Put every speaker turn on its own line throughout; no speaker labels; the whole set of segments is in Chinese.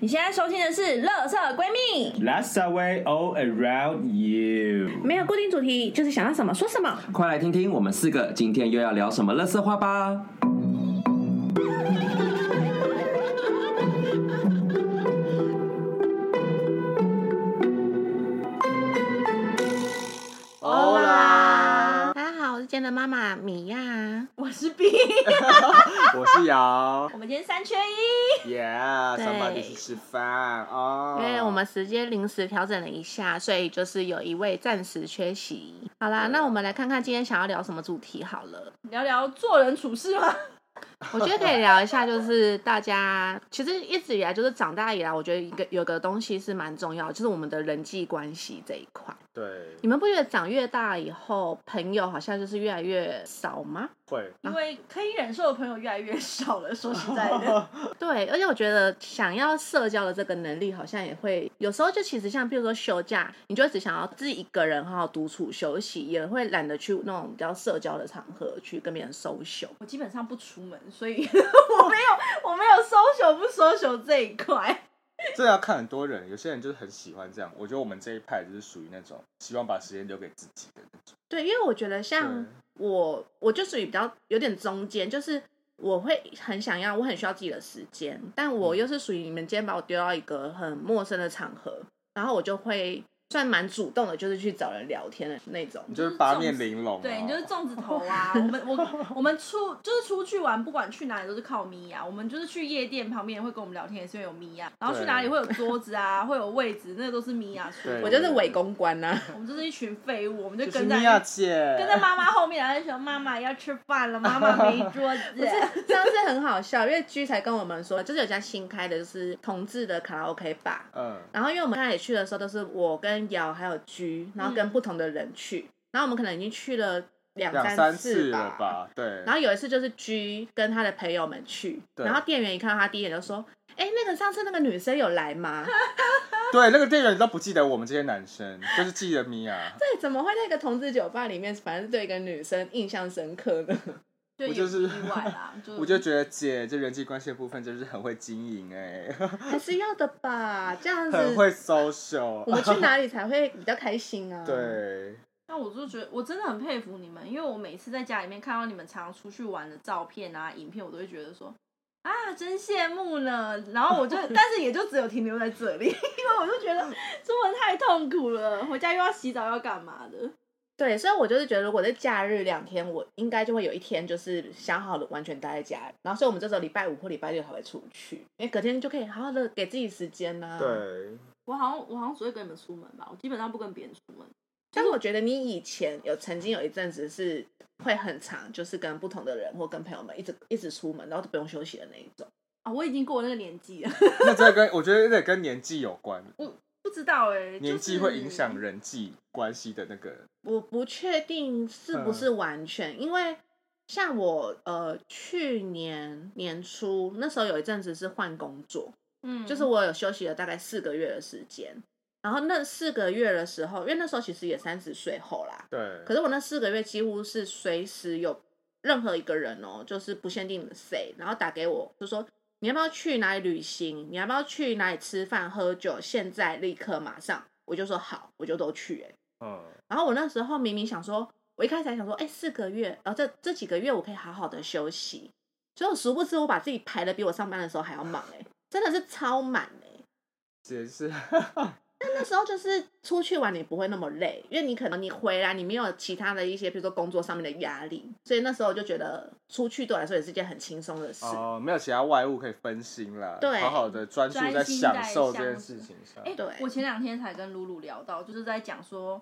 你现在收听的是《乐色闺蜜》，
Let's away all around you。
没有固定主题，就是想要什么说什么。
快来听听我们四个今天又要聊什么乐色话吧！
欧啦！大家好，我是今天的妈妈米娅。
我是 B，
我是瑶，
我们今天三缺一，
耶、
对
上班就是吃饭啊。
哦
哦
因为我们时间临时调整了一下，所以就是有一位暂时缺席。好啦，那我们来看看今天想要聊什么主题好了。
聊聊做人处事吗？
我觉得可以聊一下，就是大家其实一直以来就是长大以来，我觉得一个有个东西是蛮重要的，就是我们的人际关系这一块。
对
你们不觉得长越大以后，朋友好像就是越来越少吗？
会
因为可以忍受的朋友越来越少了，说实在 的，
对，而且我觉得想要社交的这个能力，好像也会有时候就其实像，比如说休假，你就只想要自己一个人好好独处休息，也会懒得去那种比较社交的场合去跟别人 social。哦
我基本上不出门，所以 我没有我没有收手不收手这一块。
这要看很多人，有些人就是很喜欢这样。我觉得我们这一派就是属于那种希望把时间留给自己的。
对，因为我觉得像我，我就属于比较有点中间，就是我会很想要，我很需要自己的时间，但我
嗯
又是属于你们今天把我丢到一个很陌生的场合，然后我就会算蛮主动的，就是去找人聊天的那种。
你就是八面玲珑、啊，
对你就是粽子头 啊！我们我我们出就是出去玩，不管去哪里都是靠米娅。我们就是去夜店旁边会跟我们聊天，也是因为有米娅。然后去哪里会有桌子啊，会有位置，那个都是米娅说。
对
我就是伪公关呐、
我们就是一群废物，我们就
就是
跟在
米娅姐，
跟在妈妈后面，然后就说妈妈要吃饭了，妈妈没桌子。
上次很好笑，因为居才跟我们说，就是有家新开的，就是同志的卡拉 OK 吧。
嗯，
然后因为我们刚开始去的时候，都是我跟瑶还有居，然后跟不同的人去，然后我们可能已经去了两
嗯两
三
三次了
吧。
吧？对，
然后有一次就是居跟他的朋友们去，
对
然后店员一看到他第一眼就说：“哎，那个上次那个女生有来吗？。
对那个店员都不记得我们这些男生，就是记得米娅
对，怎么会在一个同志酒吧里面，反正对一个女生印象深刻呢？”
就
我就是
有意 外啦，
我就觉得姐这人际关系的部分真是很会经 营哎、
还是要的吧，这样
很
子
会 social。
我们去哪里才会比较开心啊？。
对，
那我就觉得我真的很佩服你们，因为我每次在家里面看到你们常出去玩的照片啊、影片，我都会觉得说啊，真羡慕呢。然后 我就，但是也就只有停留在这里，因 为我就觉得中文太痛苦了，回家又要洗澡，要干嘛的？
对，所以我就是觉得，如果在假日两天，我应该就会有一天就是想好了完全待在家，然后所以我们这时候礼拜五或礼拜六才会出去，因为隔天就可以好好的给自己时间啊啦、嗯
对，
我好像我好像只会跟你们出门吧，我基本上不跟别人出门。
但我觉得你以前有曾经有一阵子是会很长，就是跟不同的人或跟朋友们一直一直出门，然后都不用休息的那一种。
啊，我已经过了那个年纪了，
那这跟我觉得得跟年纪有关，
不知道哎、就是
年纪会影响人际关系的那个。
我不确定是不是完全，因为像我呃去年年初那时候有一阵子是换工作，
嗯，
就是我有休息了大概四个月的时间。然后那四个月的时候，因为那时候其实也三十岁后啦，
对，
可是我那四个月几乎是随时有任何一个人哦，就是不限定谁，然后打给我就说你要不要去哪里旅行，你要不要去哪里吃饭喝酒，现在立刻马上，我就说好，我就都去、欸。
嗯，
然后我那时候明明想说，我一开始还想说，哎、四个月，然后这这几个月我可以好好的休息，所以我殊不知我把自己排的比我上班的时候还要忙、欸，真的是超满哎、
姐 是。
那时候就是出去玩，你不会那么累，因为你可能你回来，你没有其他的一些，比如说工作上面的压力，所以那时候就觉得出去对我来说也是件很轻松的事。
哦，没有其他外物可以分心了，
对
好好的专注
专
在
心在
享受
享
这件
受
事情上。
哎、
对
我前两天才跟露露聊到，就是在讲说，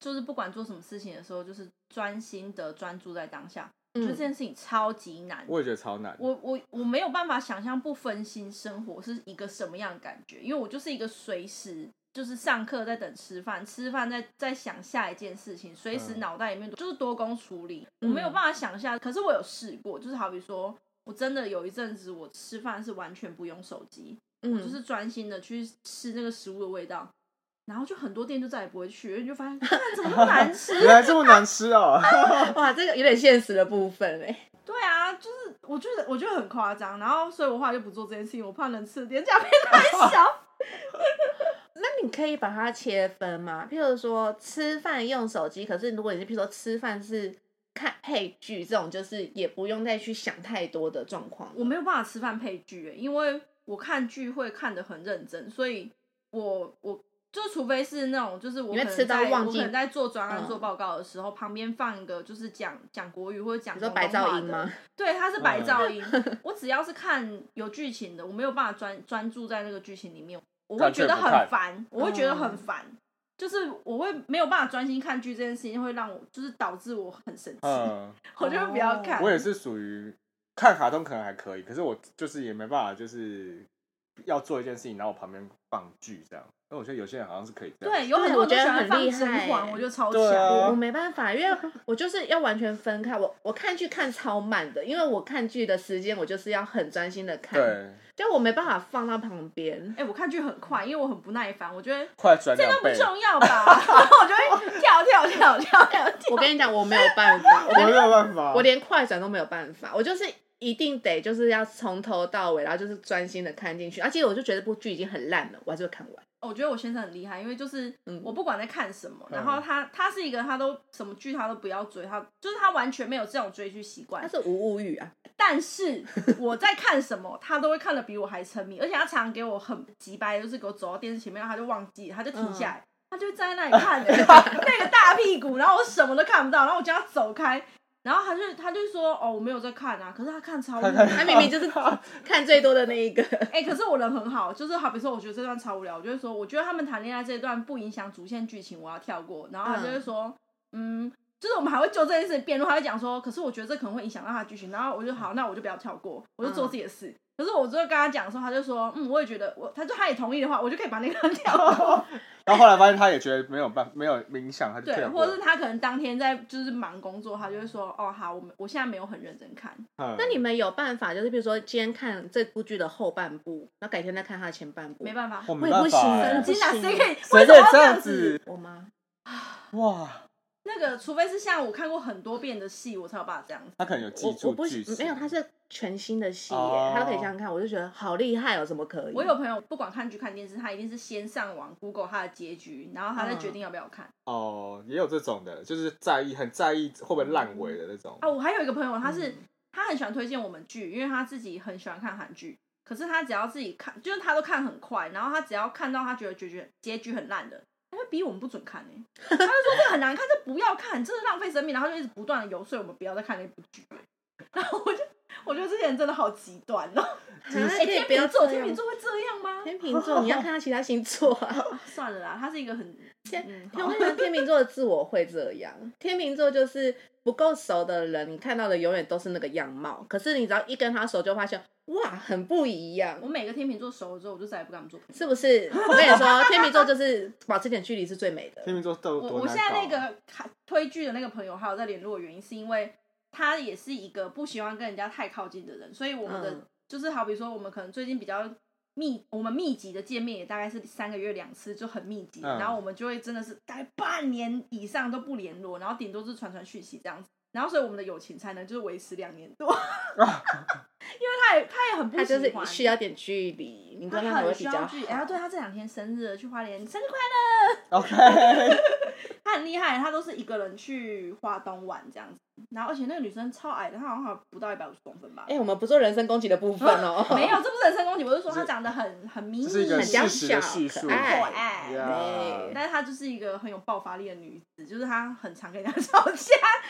就是不管做什么事情的时候，就是专心的专注在当下，我觉得这
嗯，
件事情超级难。
我也觉得超难，
我我我没有办法想象不分心生活是一个什么样的感觉，因为我就是一个随时就是上课在等吃饭，吃饭在在想下一件事情，随时
嗯
脑袋里面就是多工处理，
嗯
我没有办法想象。可是我有试过，就是好比说。我真的有一阵子，我吃饭是完全不用手机，
嗯，
就是专心的去吃那个食物的味道，然后就很多店就再也不会去，因为你就发现看怎么那么难吃。
原来这么难吃哦！
哇，这个有点现实的部分哎、
对啊，啊，就是我觉得我觉得很夸张，然后所以我后来就不做这件事情，我怕能吃廉价变太小。
那你可以把它切分吗？譬如说吃饭用手机，可是如果你是譬如说吃饭是看配剧这种，就是也不用再去想太多的状况。
我没有办法吃饭配剧、欸，因为我看剧会看得很认真，所以我我就除非是那种就是我
你会
可能
吃到
在
忘
我
记
可能在做专案
嗯
做报告的时候，旁边放一个就是讲讲国语或者讲
你说
广
白
东
噪
话
音
的
吗？
对，它是白
嗯
噪音。我只要是看有剧情的，我没有办法专专注在那个剧情里面，我会
干
觉
脆
得
不
很
看
烦，我会觉得很
嗯
烦，就是我会没有办法专心看剧这件事情，会让我就是导致我很生气，
嗯，
我就会不要
哦
看。
我也是属于看卡通可能还可以，可是我就是也没办法，就是要做一件事情，然后我旁边放剧这样。那我觉得有些人好像是可以这样。
对，有很
对
多
我
人都
觉
喜
得
欢
很
放
厉
甄
害
嬛，
欸
我就超
对
强。
啊
我没办法，因为我就是要完全分开。我我看剧看超慢的，因为我看剧的时间我就是要很专心的看，
对，
就我没办法放到旁边。
哎、我看剧很快，因为我很不耐烦，我觉得
快转
这
两
都不
倍。
重要吧， 然后我就会跳跳跳跳跳
我
跳。
跟你讲，我没有办法，我
我
跟
没
你
有办法，
我连快转都没有办法，我就是一定得就是要从头到尾，然后就是专心的看进去。而且我就觉得这部剧已经很烂了，我还是会看完。
我觉得我先生很厉害，因为就是
嗯
我不管在看什么，
嗯
然后他他是一个他都什么剧他都不要追，他就是他完全没有这种追剧习
它
惯。
是无物欲啊，
但是我在看什么，他都会看的比我还沉迷，而且他常常给我很急掰，就是给我走到电视前面，然后他就忘记，他就停下来。他就站在那里看、 那个大屁股，然后我什么都看不到，然后我叫他走开，然后他就他就说哦我没有在看啊，可是他看超无聊，
他明明就是
哦
看最多的那一个。
哎、可是我人很好，就是好比说，我觉得这段超无聊，我就会说，我觉得他们谈恋爱这一段不影响主线剧情，我要跳过。然后他就会说，嗯就是我们还会就这件事辩论，他会讲说，可是我觉得这可能会影响到他的剧情。然后我就
嗯
好，那我就不要跳过，我就做自己的事。可是我最后跟他讲的时候，他就说，嗯，我也觉得我，他就他也同意的话，我就可以把那个跳
哦
过，
然后后来发现他也觉得没有办没有影响，他就退
对，
了
或者是他可能当天在就是忙工作，他就会说，哦，好，我们我现在没有很认真看，
嗯
那你们有办法，就是比如说今天看这部剧的后半部，然后改天再看它的前半部？
没办法，
我没
我也
办
不
法
行
欸，
神经啊，
不行
谁可以为
谁
什
可
么
以
要
这
这
样
样
子？
我吗？
哇，
那个，除非是像我看过很多遍的戏，我才有办法这样子。
他可能有
我
记
我
住
不
剧
行
情，
没有，它是全新的戏
哦
耶，他可以这样看，我就觉得好厉害哦，怎么可以？
我有朋友不管看剧看电视，他一定是先上网 Google 他的结局，然后他
嗯
再决定要不要看。
哦，也有这种的，就是在意很在意会不会烂尾的那种。
啊，我还有一个朋友，他是、
嗯
他很喜欢推荐我们剧，因为他自己很喜欢看韩剧。可是他只要自己看，就是他都看很快，然后他只要看到他觉得结局结局很烂的，他就逼我们不准看哎、 他就说这很难看，这不要看，真的浪费生命，然后就一直不断的游说我们不要再看那部剧了。 然后我就我觉得这些人真的好极端 哦！
啊，
哎、
可以
天
不要
秤座，
这
天
样
秤座会这样吗？
天秤座，你 要看他其他星座啊。
算了啦，他是一个很
天
嗯
我跟你讲，天秤座的自我会这样。天秤座就是不够熟的人，你看到的永远都是那个样貌。可是你只要一跟他熟，就发现哇，很不一样
我，每个天秤座熟了之后，我就再也不跟他们做朋友。
是不是？我跟你 说，天秤座就是保持点距离是最美的。
天秤座都有
我
多
我
难
现在那
搞啊
个卡推剧的那个朋友还有在联络的原因，是因为他也是一个不喜欢跟人家太靠近的人，所以我们的、
嗯
就是好比说我们可能最近比较密，我们密集的见面也大概是三个月两次，就很密集，
嗯
然后我们就会真的是大概半年以上都不联络，然后顶多是传传讯息这样子。然后，所以我们的友情才能就是维持两年
啊
多，因为他也 他也很不
他
喜
就
欢，
是需要点距离，你
他
跟他才会
很
比
需
较
要
好
距离。。然后，对他这两天生日了，去花莲，生日快乐！
OK，
他很厉害，他都是一个人去花东玩这样子。然后，而且那个女生超矮的，她好像还不到一百五十公分吧？
哎，我们不做人身攻击的部分哦。
没有，这不是人身攻击，我是说她长得很很
这
迷你，
是一个
很
事实的叙述
很娇小可。爱
可爱。
呀
但是她就是一个很有爆发力的女子，就是她很常跟人家吵架，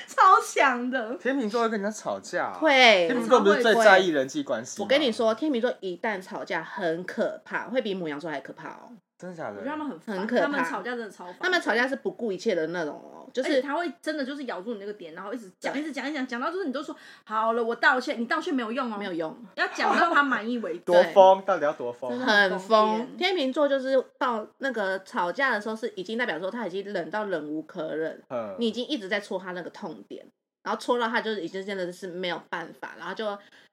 超强的。
天秤座会跟人家吵架啊，
会
天，秤座不是最在意人际关系吗？
我跟你说，天秤座一旦吵架很可怕，会比母羊座还可怕哦。
真的假
我
的
觉得？他们很烦
很可怕
他们吵架真的超烦。
他们吵架是不顾一切的那种哦，就
而且
是
他会真的就是咬住你那个点，然后一直讲，一直讲，一直讲，讲到就是你都说好了，我道歉，你道歉没有用哦，
没有用。
要讲到他满意为止。
多疯，到底要多
真
疯
的？很
很
疯
疯。天秤座就是到那个吵架的时候，是已经代表说他已经冷到忍无可忍，
嗯，
你已经一直在戳他那个痛点，然后戳到他就是已经真的是没有办法，然后就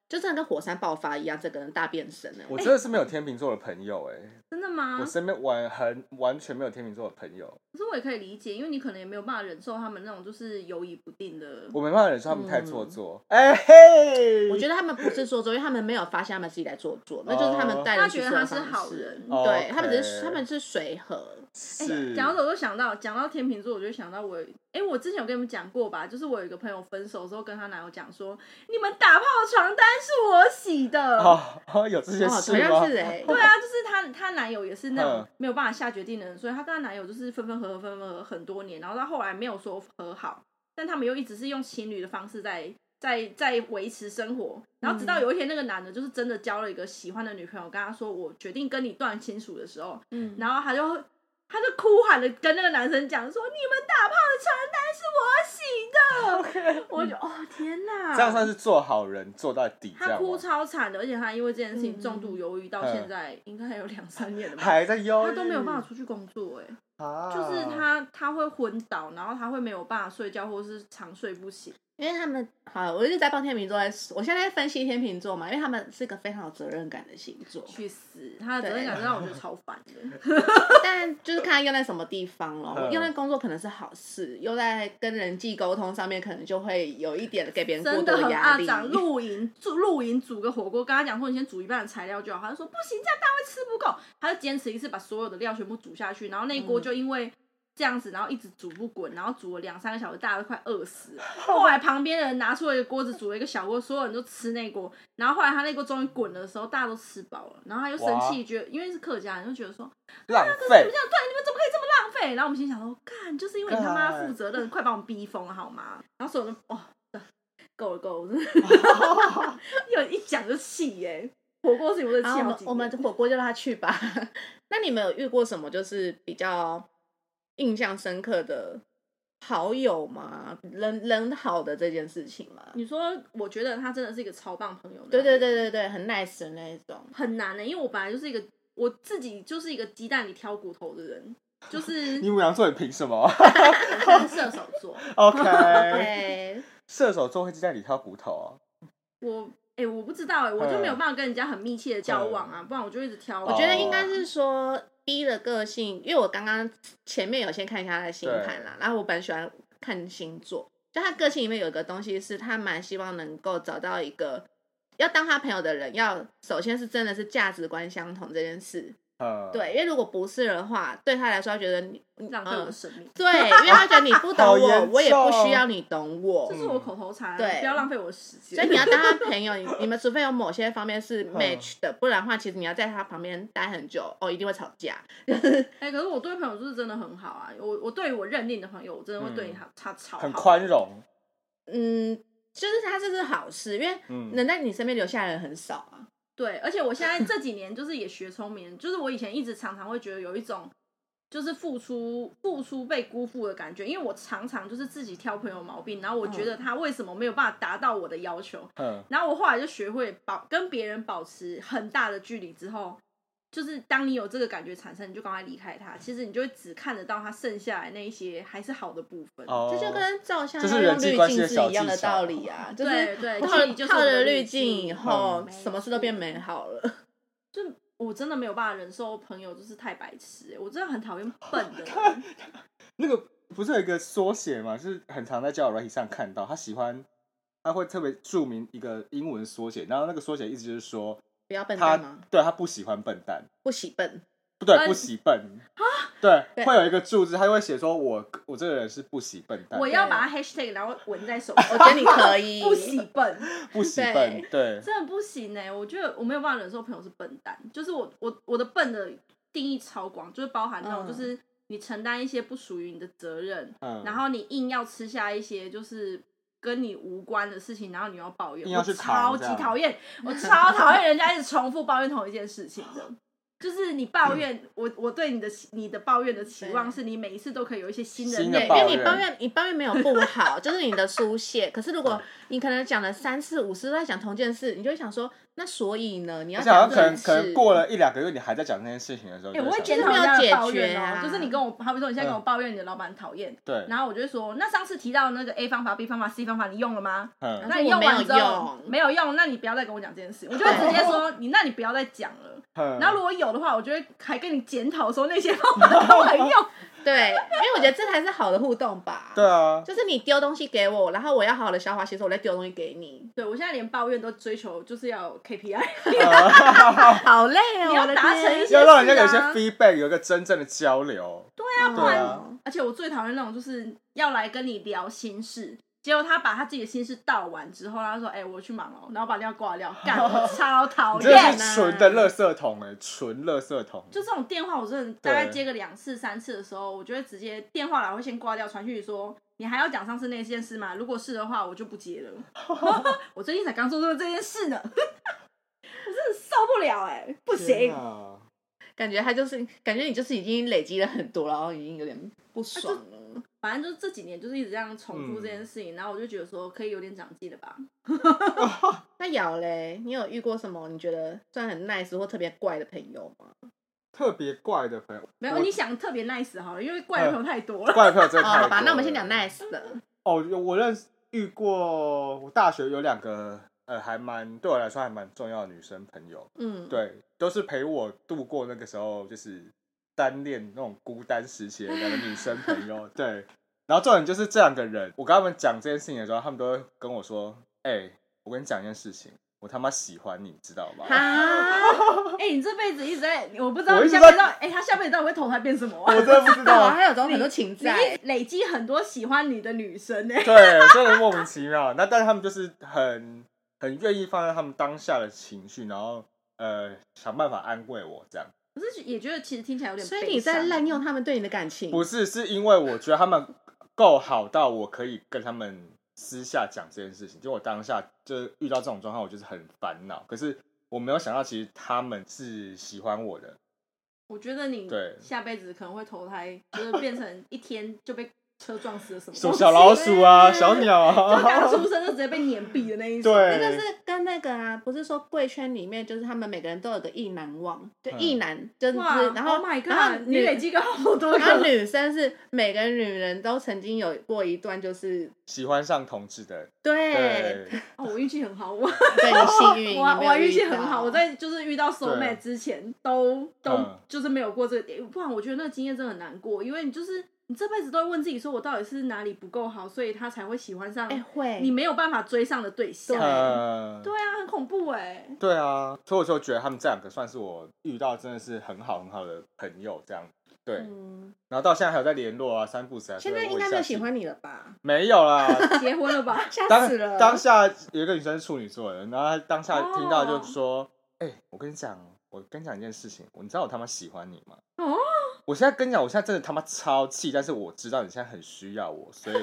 就真的跟火山爆发一样，整个人大变身了。
我真的是没有天秤座的朋友哎、
真的吗？
我
可
身边完很完全没有天秤座的朋友，
是我也可以理解，因为你可能也没有办法忍受他们那种就是犹疑不定的。
我没办法忍受他们太做
嗯
作。哎、嘿，
我觉得他们不是做作，因为他们没有发现他们自己在做作，那就是他们带人去做的
他觉得他是
方
好
式
人
哦
对他们只
OK
是他们哎是随和，
是。
讲到这我就想到，讲到天秤座，我就想到我，哎、我之前有跟你们讲过吧，就是我有一个朋友分手之后跟她男友讲说，你们打炮床单是我洗的。
哦哦，有这些
哦，
事
好
吗？
像是 哎，
对啊，就是她她男友也是那种
嗯
没有办法下决定的人，所以她跟她男友就是分分合合分分合合很多年，然后到后来没有说和好，但他们又一直是用情侣的方式在在在维持生活，然后直到
嗯
有一天那个男的就是真的交了一个喜欢的女朋友，跟他说我决定跟你断亲属的时候，
嗯，
然后他就他就哭喊的跟那个男生讲说：“你们打炮 的床单是我洗的。我就哦天哪，
这样算是做好人做到底，这
他
样
哭
吗？
超惨的，而且他因为这件事情重度忧郁，到
嗯
现在应该还有两三年了吧。
还在忧郁，
他都没有办法出去工作、哎、
啊
就是他他会昏倒，然后他会没有办法睡觉，或是长睡不醒。
因为他们好，我一直在帮天秤座在，我现在在分析天秤座嘛，因为他们是个非常有责任感的星座，
去死！他的责任感真的让我觉得超烦的。
但就是看他用在什么地方咯。
嗯
用在工作可能是好事，用在跟人际沟通上面可能就会有一点给别人过
真
多
很
压
阿
力。
长露营，煮露营煮个火锅，跟他讲说你先煮一半的材料就好，他就说不行，这样大家会吃不够，他就坚持一次把所有的料全部煮下去，然后那一
嗯
锅就因为这样子，然后一直煮不滚，然后煮了两三个小时，大家都快饿 死了。后来旁边的人拿出了一个锅子煮了一个小锅，所有人都吃那锅，然后后来他那锅终于滚的时候，大家都吃饱了，然后他就生气，觉得因为是客家人，就觉得说
浪
你
费
们这，样对，你们怎么可以这么浪费？然后我们心想说，干，就是因为你他妈
干
负责任，快把我们逼疯了好吗？然后所有人都哦，够了够了， 有一讲就气耶、火锅是我的气
然后我
好
们
几
我们
遍
火锅就让他去吧。 那你们有遇过什么就是比较印象深刻的好友吗？人人好的这件事情吗？
你说，我觉得他真的是一个超棒朋友，
对对，对对对，很 nice 的那一种。
很难的、因为我本来就是一个我自己就是一个鸡蛋里挑骨头的人，就是
你母羊座你凭 什么
我是射手座，
？OK，
对，
射手座会鸡蛋里挑骨头哦。
我哎、我不知道哎、我就没
嗯
有办法跟人家很密切的交往啊，不然我就一直挑。哦
我觉得应
哦
该是说 B 的个性，因为我刚刚前面有先看一下他的星盘啦，然后我本来喜欢看星座，就他个性里面有一个东西是他蛮希望能够找到一个要当他朋友的人，要首先是真的是价值观相同这件事，
嗯，
对，因为如果不是的话，对他来说他觉得你你
浪费我的
嗯
生命。
对，因为他觉得你 不懂
好严
我，我也不
重
需要你懂我
这。是我口头禅啊，
对
不要浪费我的时间。
所以你要当他朋友，你你们除非有某些方面 是
嗯
match 的，不然的话，其实你要在他旁边待很久，哦，一定会吵架。
哎、可是我对朋友就是真的很好啊，我我对于我认定的朋友，我真的会对你他他超好，
很宽容，
嗯，就是他这是好事，因为
嗯
能在你身边留下的人很少啊。
对，而且我现在这几年就是也学聪明，就是我以前一直常常会觉得有一种就是付出付出被辜负的感觉，因为我常常就是自己挑朋友毛病，然后我觉得他为什么没有办法达到我的要求，
嗯，
然后我后来就学会保跟别人保持很大的距离之后，就是当你有这个感觉产生，你就赶快离开他。其实你就会只看得到他剩下来那一些还是好的部分。
哦，
这就跟照相
这是
要
人
用
际
滤
关系
镜
的
是
小
一样的
技巧
道理啊，就
对
是
对
套
距离就是
套
我们的
了
滤
滤镜以
镜
后，
嗯
什么事都变美好了。
我真的没有办法忍受朋友就是太白痴、欸我真的很讨厌笨的人。
那个不是有一个缩写嘛，就是很常在交友软体上看到，他喜欢。他会特别注明一个英文缩写，然后那个缩写意思就是说，
不 要笨
他
蛋吗？
对他不喜欢笨蛋，
不喜笨，
不对，
呃
不喜笨对，
啊对
会有一个注字，他就会写说我我这个人是不喜笨蛋
我，要把它 hashtag 然后纹在手
我
上，
觉得你可以。
不喜笨，
不喜笨， 对，
真的不行哎、我觉得我没有办法忍受朋友是笨蛋，就是我我我的笨的定义超广，就是包含那种
嗯
就是你承担一些不属于你的责任，
嗯，
然后你硬要吃下一些就是跟你无关的事情，然后你又要抱怨，
硬要去
我超
扛
级
这样
讨厌，我超讨厌人家一直重复抱怨同一件事情的。就是你抱怨、我，我对你的期你的抱怨的期望
对
是你每一次都可以有一些新的
新的
内
因为
容
抱
你
怨
抱怨，你抱怨没有不好，就是你的疏泄。可是如果你可能讲了三次、五次都在讲同件事，你就会想说，那所以呢，你要
而且好
讲这
像可能
件
可能
事，
过了一两个月，你还在讲这件事情的时候，就
哎、我
会
会
想
检
说
讨
没有
大家
解
的抱
决
怨哦、
啊
就是你跟我，好比说你现在跟我抱怨你的老板很讨厌，
对，
然后我就会说，那上次提到那个 A 方法、B 方法、C 方法，你用了吗？
然
嗯
后
那你用完之后
我
没
没
有用，那你不要再跟我讲这件事，我就会直接 说你，那你不要再讲了。
嗯
然后如果有的话，我就会还跟你检讨说那些方法都没用。
对，因为我觉得这才是好的互动吧。
对，啊，
就是你丢东西给我，然后我要好好的消化吸收，我再丢东西给你，
对我现在连抱怨都追求就是要有 KPI，
好累哦，
你要
我的
达
天
成一些
要让人家有一些
是啊
feedback，有一个真正的交流。
对啊，
不
然
而且我最讨厌那种就是要来跟你聊心事。结果他把他自己的心事倒完之后，他说：“哎、我去忙了。”然后把电话挂掉，干，我超讨
你真的
厌。
是纯的垃圾桶哎、纯垃圾桶。
就这种电话，我真的大概
对
接个两次、三次的时候，我就会直接电话来，我会先挂掉，传讯息说你还要讲上次那件事吗？如果是的话，我就不接了。 我最近才刚做出这件事呢，我 真的受不了哎、不行
天。啊
感觉他就是感觉你就是已经累积了很多，然后已经有点不爽了。
反正就是这几年就是一直这样重复这件事
嗯
情，然后我就觉得说可以有点长记了吧。
那瑶嘞，你有遇过什么你觉得算很 nice 或特别怪的朋友吗？
特别怪的朋友，
没有，
我
你想特别 nice 好了，因为怪的朋友太多了。
怪的朋友真
哦，
的太多了、
好吧，那我们先讲 nice 的。
哦，我认识遇过，我大学有两个呃，还蛮对我来说还蛮重要的女生朋友，
嗯，
对，都是陪我度过那个时候就是单恋那种孤单时期的两个女生朋友，对。然后重点就是这两个人，我跟他们讲这件事情的时候，他们都会跟我说：“哎、我跟你讲一件事情，我他妈喜欢你，知
啊
道吗？”
哈，
哎、你这辈子一直在，我不知道
我
你
一直
下
在
辈子到，哎、他下辈子到底会投胎变什么、
我
啊？
真的不知
那我
道，
哦还有种很多情
你
在，
一直累积很多喜欢你的女生呢、
对，真的莫名其妙。那但是他们就是很很愿意放在他们当下的情绪，然后呃想办法安慰我这样。
可是也觉得其实听起来有点悲
所
伤，
以你在滥用他们对你的感情。
不是，是因为我觉得他们够好到我可以跟他们私下讲这件事情。就我当下就是遇到这种状况，我就是很烦恼。可是我没有想到，其实他们是喜欢我的。
我觉得你
对
下辈子可能会投胎，就是变成一天就被车撞死了什么
什
东
么
西
小老鼠啊，小鸟
就刚
啊，
出生就直接被碾毙的那一种。
那个
对，
是跟那个啊，不是说贵圈里面就是他们每个人都有个意难忘，就
嗯
意难，就是
哇
然后
，Oh my
然后
god！你
女
累积个好多
然后
个，
女生是每个女人都曾经有过一段，就是
喜欢上同志的，
对
对，
哦，我运气很好，我
对你幸运，
我
你没有
我运气
遇到
很好，我在就是遇到 soul mate 之前都都
啊嗯
就是没有过这个点，不然我觉得那个经验真的很难过，因为你就是你这辈子都会问自己说，我到底是哪里不够好，所以他才会喜欢上
哎会
你没有办法追上的对象。
对
嗯，
对啊，很恐怖哎、
对啊，所以我就觉得他们这两个算是我遇到真的是很好很好的朋友，这样对。
嗯，
然后到现在还有在联络啊，三不死啊。
现在应该没有喜欢你了吧？
没有 啦。
结婚了吧？
吓
当
死了！
当下有一个女生是处女座的，然后她当下听到
哦
就说：“哎、我跟你讲，我跟你讲一件事情，你知道我他妈喜欢你吗？
哦，
我现在跟你讲，我现在真的他妈超气，但是我知道你现在很需要我，所以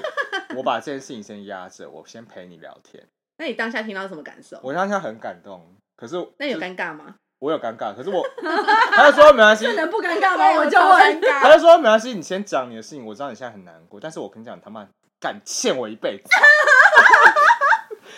我把这件事情先压着，我先陪你聊天。
那你当下听到什么感受？
我当下很感动，可是
那有尴尬吗？
我有尴尬，可 是我她就说没关系，
能不尴尬吗？我就
超尴
问。
尬。
他就说没关系，你先讲你的事情，我知道你现在很难过，但是我跟你讲，你他妈敢欠我一辈子。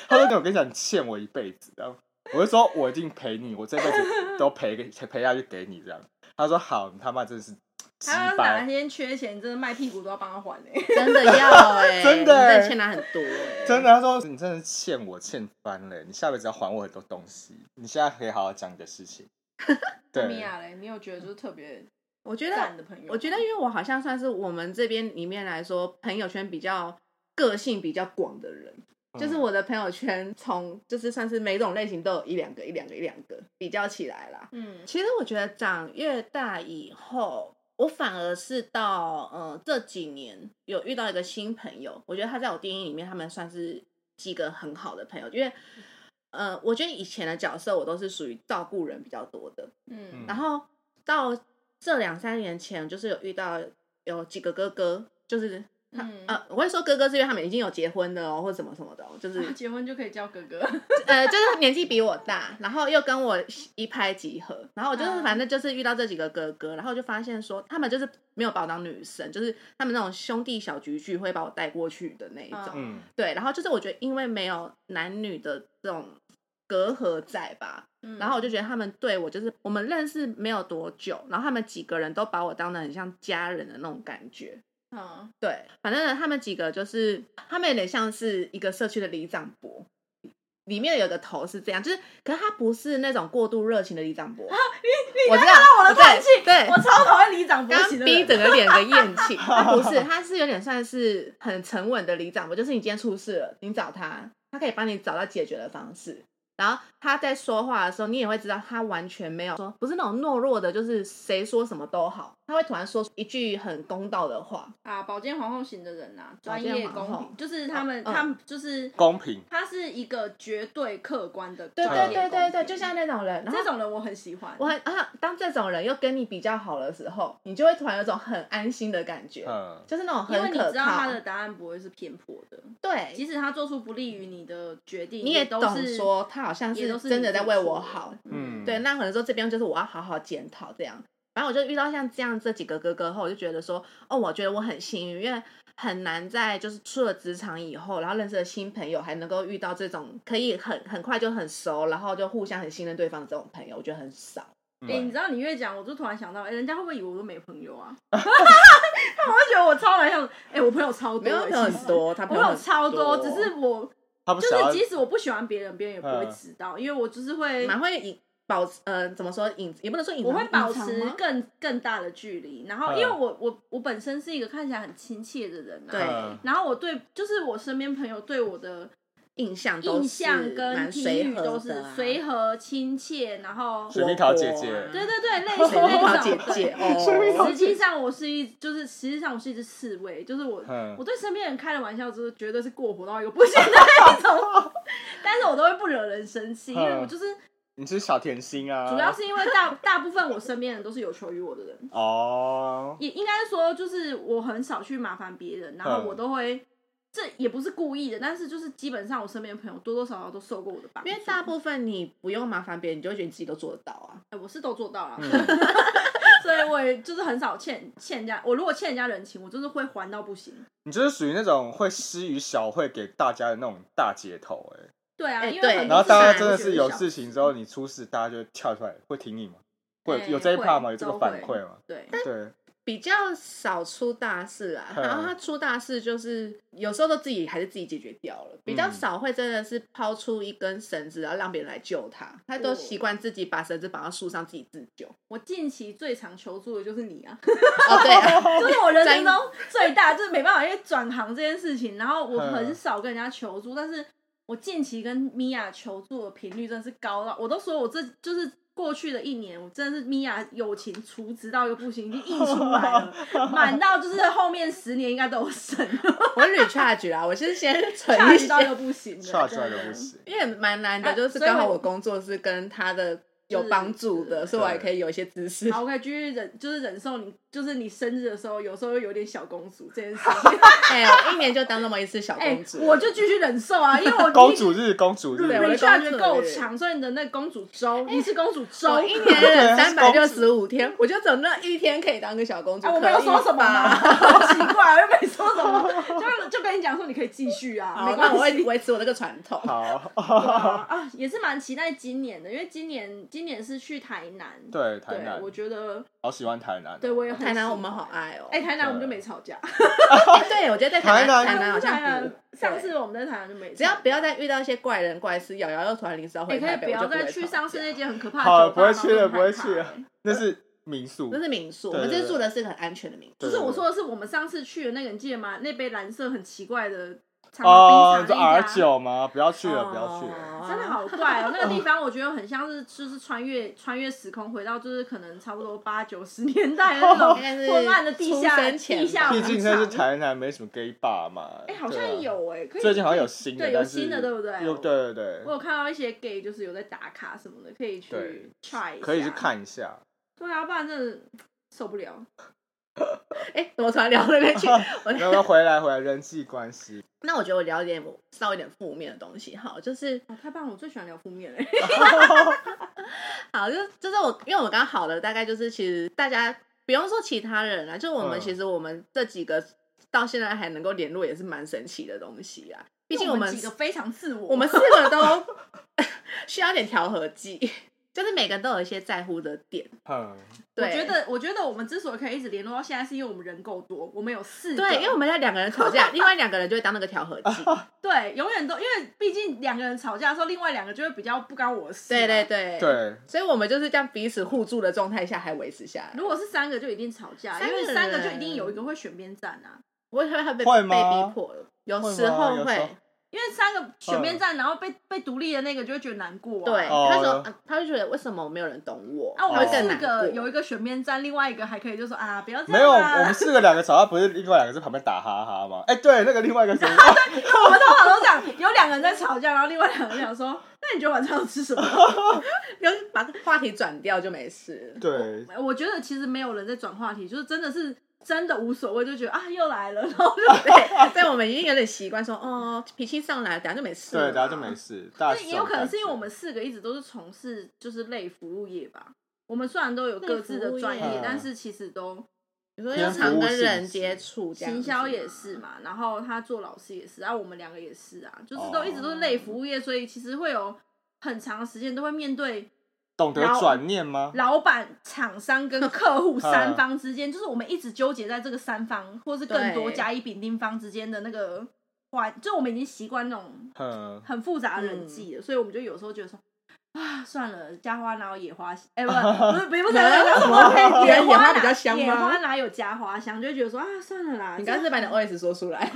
他说：“我跟你讲，你欠我一辈子。”然后我就说：“我一定陪你，我这辈子都陪给陪下去给你。”这样，他说：“好，你他妈真的是鸡
他哪
掰，
天缺钱，真的卖屁股都要帮他还 哎、
真的 要哎、
真的
你
欸
真的欠他很多哎、
真。的。”他说：“你真的是欠我欠翻了，你下辈子要还我很多东西。你现在可以好好讲你的事情。 对”
米娅嘞，你有觉得就是特别
我觉
赞
得，
的朋友吗？
我觉得，因为我好像算是我们这边里面来说，朋友圈比较个性比较广的人，
嗯
就是我的朋友圈从就是算是每种类型都有一两个、一两个、一两个比较起来啦。
嗯，
其实我觉得长越大以后，我反而是到呃这几年有遇到一个新朋友，我觉得他在我电影里面，他们算是几个很好的朋友，因为呃，我觉得以前的角色我都是属于照顾人比较多的，
嗯，
然后到这两三年前，就是有遇到有几个哥哥，就是。他
嗯
呃，我会说哥哥是因为他们已经有结婚的哦，或什么什么的、哦，就是
结婚就可以叫哥哥，
呃，就是年纪比我大，然后又跟我一拍即合，然后我就是
嗯
反正就是遇到这几个哥哥，然后就发现说他们就是没有把我当女生，就是他们那种兄弟小局聚会把我带过去的那一种，
嗯
嗯，
对，然后就是我觉得因为没有男女的这种隔阂在吧。
嗯
然后我就觉得他们对我就是我们认识没有多久，然后他们几个人都把我当得很像家人的那种感觉。
嗯
对，反正呢，他们几个就是他们有点像是一个社区的里长伯，里面有个头是这样，就是可是他不是那种过度热情的里长
啊
伯，我知道
我的
对
叹气，
对
我超讨厌里长不
刚
行的
逼
人。
整个脸的厌 气，他不是，他是有点算是很沉稳的里长伯，就是你今天出事了，你找他，他可以帮你找到解决的方式。然后他在说话的时候，你也会知道他完全没有说，不是那种懦弱的，就是谁说什么都好，他会突然说一句很公道的话，
啊，保健皇后型的人啊，专
保
业
健皇
公
后
平，就是他们，
嗯
他们就是
公平，
他是一个绝对客观的
对
专
对
业公平，
对对对，就像那种人，然后
这种人我很喜欢。
我很啊，当这种人又跟你比较好的时候，你就会突然有种很安心的感觉，
嗯，
就是那种
因为
很
你
可
知道他
靠。
的答案不会是偏颇的，即
对，
使他做出不利于你的决定，
哎你也
都
懂
是
说他好像
也都
是
是
真的
你
在
自己
为
做
我
的
好。
嗯，
对，那可能说这边就是我要好好检讨这样。反正我就遇到像这样这几个哥哥后，我就觉得说，哦，我觉得我很幸运，因为很难在就是出了职场以后，然后认识了新朋友，还能够遇到这种可以很很快就很熟，然后就互相很信任对方的这种朋友，我觉得很少。
哎、你
嗯
知道你越讲，我就突然想到，哎、人家会不会以为我都没朋友啊？ 他们会觉得我超难相处。哎、我朋友超多、
没有
哎
朋友
其实
很多，啊他
我
朋友
有
很
超多，
多，
只是我
他不
就
想要
是即使我不喜欢别人，别人也不会知道，因为我就是会，
蛮会隐保持呃怎么说隐也不能说隐藏，
我会保持
隐藏吗
更更大的距离。然后，
嗯
因为我我我本身是一个看起来很亲切的人、啊，
对
嗯
然后我对就是我身边朋友对我的
印象都
印
是
象跟
蛮
评
随
语
和
都
的
是
啊
随和亲切，然后
水蜜桃姐
活泼啊
姐，
对对对， 类似
水蜜
那
桃
种
姐姐
蜜桃
哦，
实际上我是一，就是实际上我是一只刺猬，就是我、
嗯
我对身边人开的玩笑，就是绝对是过火到一个不行的那一种， 但是我都会不惹人生气，因为
嗯
我就是
你是小甜心啊，
主要是因为大大部分我身边人都是有求于我的人，
哦，
也应该说就是我很少去麻烦别人，然后
嗯
我都会。这也不是故意的，但是就是基本上我身边的朋友多多少少都受过我的帮助，
因为大部分你不用麻烦别人，你就会觉得你自己都做得到啊。
哎我是都做到了，
嗯，
所以我也就是很少欠欠人家，我如果欠人家人情，我就是会还到不行。
你就是属于那种会施于小惠给大家的那种大姐头哎，
对啊，
哎
因为
对
很多
然后
事
大
情
家
还
真的
觉
是
得
有
小
事情之后你出事，大家就会跳出来，会挺你吗？会
哎
有这一
会
趴吗？有这个
都
反
会
馈吗？
对，
对，
比较少出大事啊，
嗯
然后他出大事就是有时候都自己还是自己解决掉了，比
嗯
较少会真的是抛出一根绳子，然后让别人来救他，他
哦
都习惯自己把绳子绑到树上自己自 救。
我近期最常求助的就是 你啊，
哦，对 啊，
就是我人生
真
中最大，就是没办法，因为转行这件事情，然后我
嗯
很少跟人家求助，但是我近期跟米娅求助的频率真的是高到，我都说我这就是。过去的一年，我真的是米娅友情除值到一个不行，已经溢出来 了，满到就是后面十年应该都有剩，
我 recharge 啊，我是先存
差
一
值到一
些
个不行的，
跳出来
真
就
的
不行。
因为蛮难的，
啊
就是
所以
刚好
我
我工作是跟他的有帮助的，所以我还可以有一些知识。
好，我可以继续忍，就是忍受你，就是你生日的时候，有时候有点小公主这件事情。
哎，我一年就当那么一次小
哎、
公主，
我就继续忍受啊，因为我
公主日，公主
对
日
我，
你
的
下
公
觉
主
够
日
强，所以你的那个公主周，你是公主周。
我一 年忍三百六十五天，我就只有那一天可以当个小公主。
哎，我没有说什么嘛，
吧？
好奇怪，我又没说什么，就就跟你讲说你可以继续啊，没
好，
关
那我
系。
会维持我那个传统。
好，
啊啊，也是蛮期待今年的，因为今年今年是去台南，
对，台
对，
南
我，觉得
好喜欢台南哦，
对我也很
台南
喜
我们
欢
好，爱哦。
哎，台南我们就没吵架，
哎，对，我觉得在台南，
台南
台南好
台
像
南
不。
上次我们在台南就没吵架，
只要不要再遇到一些怪人怪事，瑶瑶又突然临时要
也
回
哎可以
台
不
北，我
要
就不
再
会
去
吵
上
架
次那间很可怕的
好了
酒吧
不会去了
然
不
后我就
会去
很害怕
了那是民宿
那，是民宿，我
对
们
对
这次
对
住的是很安全的民宿。
不
对
是我说的是我们上次去的那个，你记得吗？那杯蓝色很奇怪的长
哦
冰，
这
茶那
R
一家。
九吗？不要去了，不要去了。
哦真的好怪哦，那个地方我觉得很像是就是穿越穿越时空，回到就是可能差不多八九十年代的那种
应该是
昏暗的地下
出生前吧
地下
毕
广
竟那是
场。
台南，没什么 gay bar 嘛。
哎，好
对
像
啊，
有哎，可 以
最近好像有新的，
对有
但是
新的对不对
又对对对
我，有看到一些 gay 就是有在打卡什么的，可以
对
去 try 一下
可以去。看一下。
对啊，不然真的受不了。
哎，怎么突然聊到那边去？我
然后回来回来人际关系，
那我觉得我聊一点稍微有点负面的东西哈，就是
哦，太棒了，我最喜欢聊负面了。
好，就就是我，因为我们刚好的大概就是，其实大家不用说其他人啦，就我们、
嗯
其实我们这几个到现在还能够联络，也是蛮神奇的东西啊。毕竟
我
们
几个非常自我，
我们四个都 需要一点调和剂，就是每个人都有一些在乎的点。
哼，
我
对
觉得，我觉得我们之所以可以一直联络到现在，是因为我们人够多，我们有四个
对，因为我们要两个人吵 架，另外两个人就会当那个调和剂。
对永远都，因为毕竟两个人吵架的时候，另外两个就会比较不干我的事嘛。
对对对，
对，
所以我们就是这样彼此互助的状态下还维持下来。
如果是三个，就一定吵架，
三
因
个
为三个就
人
一定有一个会选边站啊。
我会会被
会
被
吗
逼迫，有
会
时
吗
候
有时候
会，
因为三
嗯
个选边站，然后被被独立的那个就会觉得难过、啊。
对，
哦
他说啊他会觉得为什么没有人懂我？
啊，我
会
们
更
四
难
个
过
有一个选边站，另外一个还可以就说啊，不要这
没有，
样
我
啦。
们四个两个吵架，不是另外两个在旁边打哈哈吗？哎，对，那个另外一 个谁？
我们通常都这样，有两个人在吵架，然后另外两个人想说，那你觉得晚上要吃什么？
然后把话题转掉就没事。
对，
我觉得其实没有人在转话题，就是真的是真的无所谓，就觉得啊又来了，然 后
啊
就
啊
对，所以我们已经有点习惯说，哦，脾气上来，等下就没事。
对，等下就没。事。大家
也有可能是因为我们四个一直都是从事就是类服务业吧。我们虽然都有各自的专
类服务
业
业，
但是其实都
你说
偏
要
服
常
务
跟
性
人
质
接触，这样
行销
子啊
也
嘛
是嘛，然后他做老师也是，然、后我们两个也是啊，就是都一直都是
哦
类服务业，所以其实会有很长时间都会面对
懂得转念吗？
老板、厂商跟客户三方之间，就是我们一直纠结在这个三方，或是更多
对
甲乙丙丁方之间的那个环，就我们已经习惯那种
哼，
很复杂的人际了，所以我们就有时候觉得说。啊，算了，家花哪有野花香？哎、不是，不是，不是，不是，什么？
原来野
花
花
哪
比较香吗
野花哪有家花香？就会觉得说啊，算了啦。
你刚
这
才把你的 OS 说出来，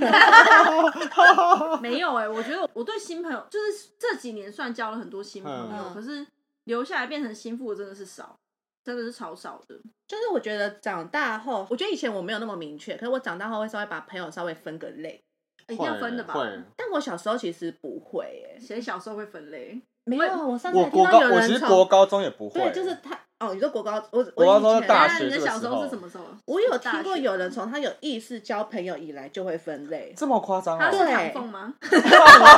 没有哎、我觉得我对新朋友，就是这几年算交了很多新朋友，
嗯
可是留下来变成心腹的真的是少，真的是超少的。
就是我觉得长大后，我觉得以前我没有那么明确，可是我长大后会稍微把朋友稍微分个类，
一定要分的吧？
会。
但我小时候其实不会耶、
谁小时候会分类？
没有，我上次
我
还听
国
到
高，
有
我
人
其实
从
国高中也不会，
对，就是他哦，你说国高，我
国高中
我以
是
前
大
那
学
你的
这个
小时候
时候
是什么时候？
我有
大
听过
学
有人从他有意识交朋友以来就会分类，
这么夸张
他
啊
是！
对
唐凤吗？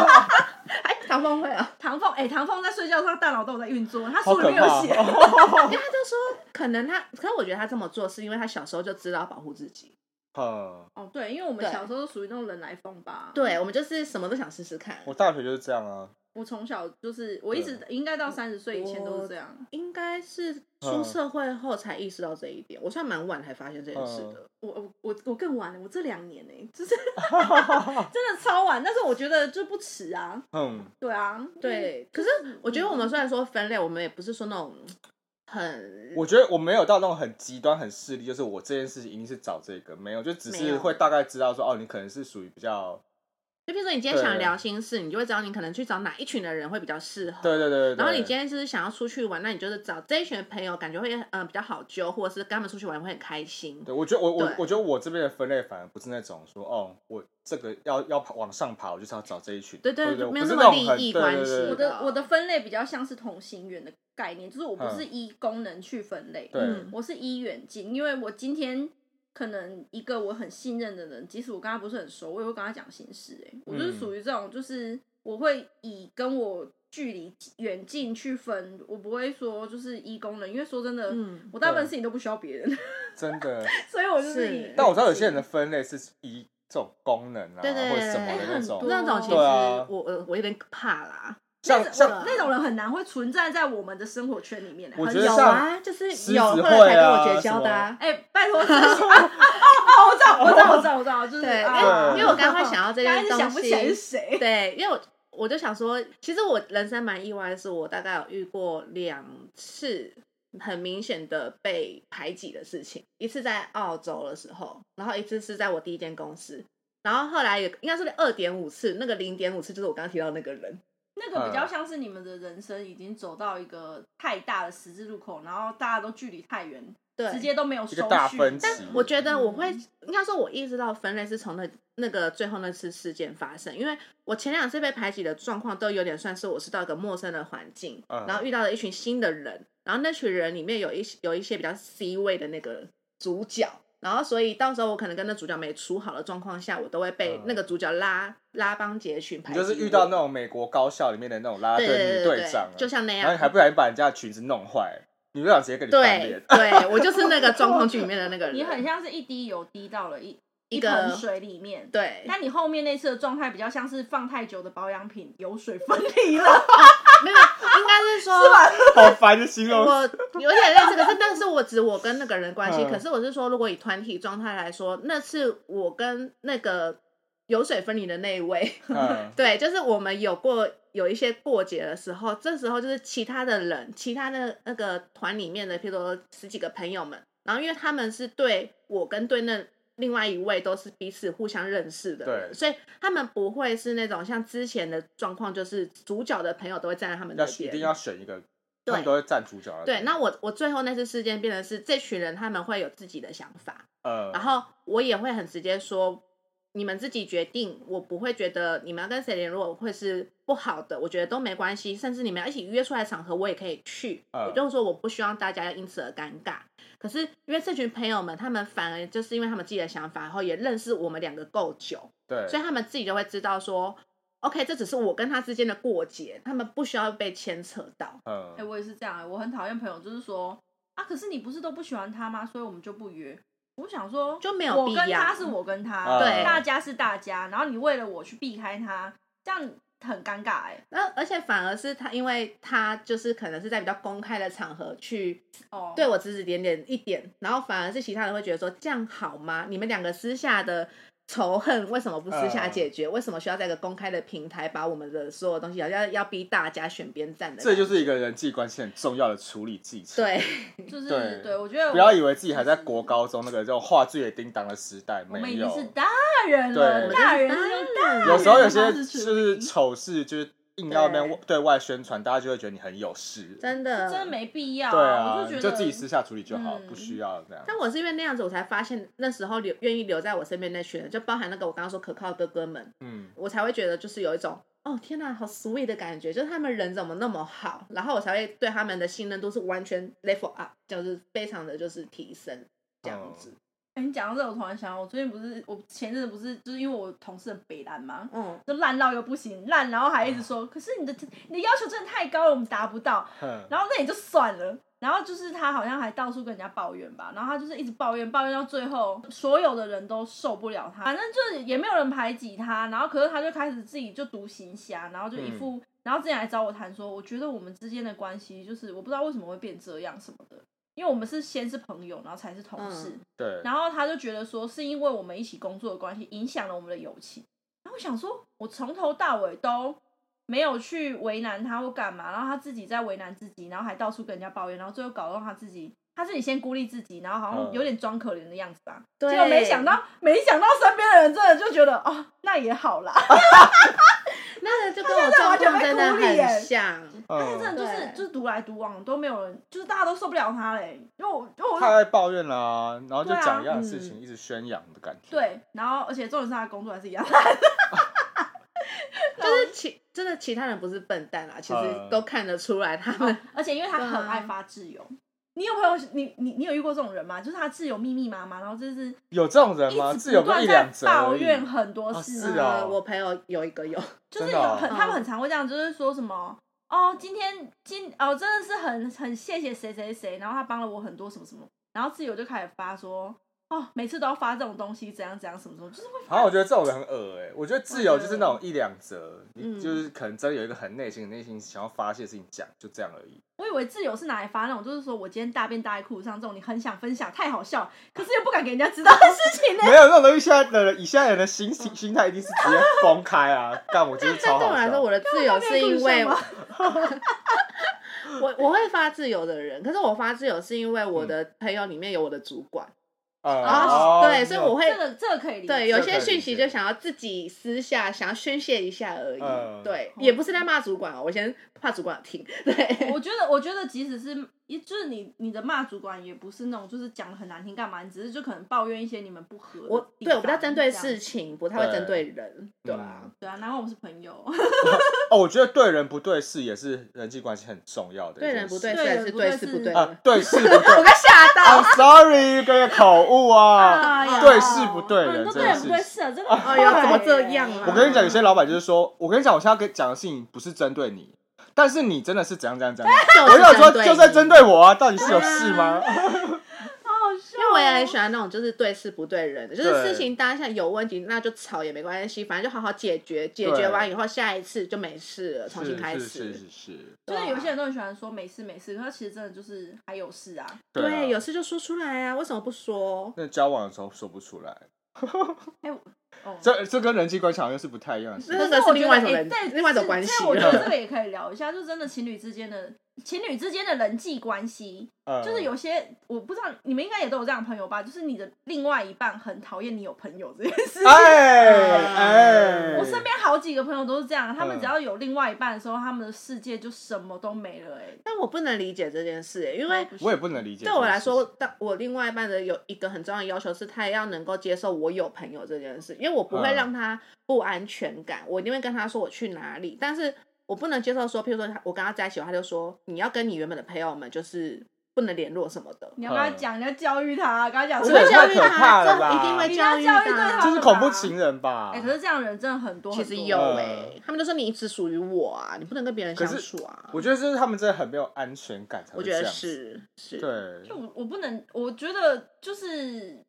哎，唐风会 啊，
唐凤，哎、唐凤在睡觉的时候，他大脑都有在运作，他
好
书里
可
面有
怕啊
写。
因为 他就说可能他，可是我觉得他这么做是因为他小时候就知道保护自己，
哦！哼，
哦，对，因为我们
对
小时候都属于那种人来疯吧。，
对我们就是什么都想试试看，
我大学就是这样啊。
我从小就是，我一直应该到三十岁以前都是这样。
应该是出社会后才意识到这一点，我算蛮晚才发现这件事的。
我我我我更晚了，我这两年呢、 就是 真的超晚，但是我觉得就不迟啊。
哼，
对啊，
对，可是嗯我觉得我们虽然说分类，我们也不是说那种很
我觉得我没有到那种很极端、很势利，就是我这件事情一定是找这个，没有，就只
没
是
有
会大概知道说，哦，你可能是属于比较，
就比如说你今天想
对
聊心事，你就会知道你可能去找哪一群的人会比较适合。
对对对对。
然后你今天就是想要出去玩，那你就是找这一群的朋友，感觉会嗯、呃比较好揪，或者是跟他们出去玩会很开心。
对，我觉得我我
对
我觉得我这边的分类反而不是那种说哦，我这个要要爬往上爬，我就是要找这一群，
对对
或者
就没有
不是
那么
种
利
很
益
对
关
对
系
对
我
对
的我的分类比较像是同心圆的概念，就是我不是依功能去分类，
嗯对
嗯
我是依远近，因为我今天可能一个我很信任的人，即使我跟他不是很熟，我也会跟他讲心事、欸。我就是
嗯
属于这种，就是我会以跟我距离远近去分，我不会说就是依功能，因为说真的，
嗯
我大部分事情都不需要别人，
真的。
所以我就是以
是
但我知道有些人的分类是以这种功能啊，
对对对
或者什么
哎
的那
很
种
多，
那种其实
对啊
我我我有点怕啦，
像像
那种人很难会存在在我们的生活圈里面、欸，
我
很
觉得
有
像
啊，就是
狮
有
子
后来才
会
跟
啊
我绝交的啊。
哎、拜托，这个 是啊啊啊！我知道，我知道，我知道，我知道，就是
对，因
啊
为因为我刚刚会想到这
刚开
件
始
东
想不起来是
西，
谁，
对，因为我我就想说，其实我人生蛮意外的是，我大概有遇过两次很明显的被排挤的事情，一次在澳洲的时候，然后一次是在我第一间公司。然后后来也应该是二点五次，那个零点五次就是我刚刚提到那个人，
那个比较像是你们的人生已经走到一个太大的十字路口，然后大家都距离太远，
对，
直接都没有
一
收
个大
续。
分歧
但，
我觉得我
嗯
会，应该说，我意识到分类是从那那个最后那次事件发生，因为我前两次被排挤的状况都有点算是我是到一个陌生的环境，
嗯
然后遇到了一群新的人，然后那群人里面有一些有一些比较 C 位的那个主角，然后所以到时候我可能跟那主角没处好的状况下，我都会被
嗯
那个主角拉拉帮结群排
你
挤
就
我，
是遇到那种美国高校里面的那种啦啦
对
队
对对
女
对
队
对
长啊，
就像那
然后
样
你还。不小心把人家的裙子弄坏，女队长直接跟你翻
对，
脸
对，我就是那个状况剧里面的那个人，
你很像是一滴油滴到了一一
个
盆水里面。
对，
但你后面那次的状态比较像是放太久的保养品油水分离了，
没有，应该是说
好烦的形容。
我有点类似，可是但是我指我跟那个人关系。
嗯
可是我是说，如果以团体状态来说，那次我跟那个油水分离的那一位，
嗯，
对，就是我们有过有一些过节的时候，这时候就是其他的人，其他的那个团里面的，譬如说十几个朋友们，然后因为他们是对我跟对那另外一位都是彼此互相认识的人，
对
所以他们不会是那种像之前的状况，就是主角的朋友都会站在他们那
要
边，
一定要选一个，他
对
们都会站主角的。
对，那我我最后那次事件变成是这群人他们会有自己的想法，
呃，
然后我也会很直接说，你们自己决定，我不会觉得你们要跟谁联络会是不好的，我觉得都没关系，甚至你们要一起约出来的场合，我也可以去。
嗯
我就说我不希望大家因此而尴尬。可是因为这群朋友们，他们反而就是因为他们自己的想法，然后也认识我们两个够久，
对，
所以他们自己就会知道说，OK，这只是我跟他之间的过节，他们不需要被牵扯到。
哎、
嗯，
我也是这样、哎，我很讨厌朋友，就是说啊，可是你不是都不喜欢他吗？所以我们就不约。我想说，
就没有
我
必
跟
要
他是我跟他，
嗯
对
大家是大家，然后你为了我去避开他，这样很尴尬哎、
那而且反而是他，因为他就是可能是在比较公开的场合去
哦，
对我指指点点一点，然后反而是其他人会觉得说这样好吗？你们两个私下的仇恨为什么不私
嗯
下解决？为什么需要在一个公开的平台把我们的所有东西，好像要逼大家选边站的感觉？
这就是一个人际关系很重要的处理技巧。，
对，
就是
对
对我觉得
不要以为自己还在国高中那个叫话剧也叮当的时代，
我们
没
已经是
有。
大人了，
对
大人是用大人
有时候有
的
些
方
就
式处理
是丑事，就是硬要那边对外宣传，大家就会觉得你很有事。
真的
真的。没必要、
对啊，
我就觉
你
得
就自己私下处理就好，
嗯
不需要这样。
但我是因为那样子，我才发现那时候留愿意留在我身边那群人，就包含那个我刚刚说可靠的哥哥们，
嗯，
我才会觉得就是有一种哦天哪，好 sweet 的感觉，就是他们人怎么那么好，然后我才会对他们的信任度是完全 level up，就是非常的就是提升这样子。
哎你讲到这，我突然想到，我最近不是我前阵子不是就是因为我同事很北蓝嘛，
嗯，
就烂到又不行，烂，然后还一直说，可是你的你的要求真的太高了，我们达不到。
嗯哼
然后那也就算了。然后就是他好像还到处跟人家抱怨吧，然后他就是一直抱怨，抱怨到最后，所有的人都受不了他，反正就是也没有人排挤他，然后可是他就开始自己就独行侠，然后就一副，然后之前来找我谈说，我觉得我们之间的关系就是我不知道为什么会变这样什么的，因为我们是先是朋友，然后才是同事，
嗯
对，
然后他就觉得说是因为我们一起工作的关系影响了我们的友情。然后我想说，我从头到尾都没有去为难他或干嘛，然后他自己在为难自己，然后还到处跟人家抱怨，然后最后搞到他自己，他自己先孤立自己，然后好像有点装可怜的样子吧。
对
结果没想到，没想到身边的人真的就觉得哦，那也好啦，
那个就跟我状况真的很像，
而且真
嗯，
的就是
对
就是独来独往，都没有人，就是大家都受不了他嘞，因为我因为我
嗯太爱抱怨啦，然后就
对啊
讲一样的事情，
嗯
一直宣扬的感觉。，
对，然后而且重点是他的工作还是一样。
就是其真的其他人不是笨蛋啊啦，其实
嗯
都看得出来他们。
而且因为他很爱发自由。啊你有朋友，你你你有遇过这种人吗？就是他自由密密麻麻，然后就是
有这种人吗？
一
自
直
由不
不
一
断
两
在
则而
抱
已
怨很多
哦
事，
是啊
呃我朋友有一个有，
就是
真的
有
哦
很、他们很常会这样，就是说什么哦，今天今哦真的是很很谢谢谁谁谁，然后他帮了我很多什么什么，然后自由就开始发说哦，每次都要发这种东西，怎样怎样什么什么，就是会
好，我觉得这种人很恶哎、我觉得自由就是那种一两折，
嗯
你就是可能真的有一个很内心、内心想要发泄的事情讲，就这样而已。
我以为自由是拿来发那种，就是说我今天大便大在裤子上这种，你很想分享，太好笑，可是又不敢给人家知道的事情呢。
没有那种东西，现在的人以现在人的心心心态一定是直接公 开啊！但我就是
但嗯
超
对
好
我来
笑
说，。我的自由是因为
干嘛
我我会发自由的人，可是我发自由是因为我的朋友里面有我的主管，
呃
然后
嗯哦
啊对，所以我会
这个这个可以理解，
对，有
这可
些
以
讯
理
息
解
就想要自己私下想要宣泄一下而已。
嗯
对，
哦
也不是在骂主管哦，我先怕主管有听。对，
我觉得，我觉得即使是，一就是你你的骂主管也不是那种就是讲的很难听干嘛，你只是就可能抱怨一些你们不合的地 方。
我对我比较针对
这样
事情，不太会针对人。对啊
嗯，
对啊，难怪我们是朋友。
哦，我觉得对人不对事也是人际关系很重要的一件
对
事。
人不对事，
对
还
人
是
不
对
对
事
事
不对
啊
人。，
对事不 对
我刚吓到
，I'm。sorry，各位口误啊。
哎呀
对事不对人
嗯都
这
对
件
人
事
不
情
对事啊，真的。
哎呀，怎么这样啊？
我跟你讲，有些老板就是说，我跟你讲，我现在跟讲的事情不是针对你，但是你真的是怎 样怎样怎样。
就是
我想说，
针对
就
你
在针对我啊，到底是有事吗？
好好笑哦。
因为我也很喜欢那种就是对事不对人的，就是
对
事情当下有问题，那就吵也没关系，反正就好好解决，解决
对
完以后下一次就没事了，重新
是
开
是是
始。
是是，
就是有一些
人
人都很喜欢说没事没事，可是其实真的就是还有事啊。
啊
对有事就说出来啊，为什么不说？
那交往的时候说不出来，
哦，
这这跟人际关系好像是不太一样的事。
可
那个是
我觉得
另外一种
哎
人
对
另外一种关系
这这我觉得这个也可以聊一下，就真的情侣之间的情侣之间的人际关系，
嗯
就是有些我不知道你们应该也都有这样的朋友吧，就是你的另外一半很讨厌你有朋友这件事情。
啊
哎哎，
我身边好几个朋友都是这样，他们
嗯
只要有另外一半的时候，他们的世界就什么都没了、哎，
但我不能理解这件事、欸，因为
我也哦不能理解。
对我来说，，当我另外一半的有一个很重要的要求是，他也要能够接受我有朋友这件事，因为我不会
嗯
让他不安全感，我一定会跟他说我去哪里，但是我不能接受说，譬如说他我跟他在一起，他就说你要跟你原本的朋友们就是不能联络什么的，
你要跟他讲，你要教育他，跟他讲
我
说
觉得
会
太
教
可
育他，
怕了
这
吧
一定会
一定要
育
教育对
他。
他
这是恐怖情人吧？
哎、可是这样的人真的很多
其
很多，
实有
嗯
哎、他们就说你只属于我啊，你不能跟别人
可
相
是
处啊。
我觉得就是他们真的很没有安全感才
我
会
觉
这样
得
子。
是是，
对
就，我我不能，我觉得就是，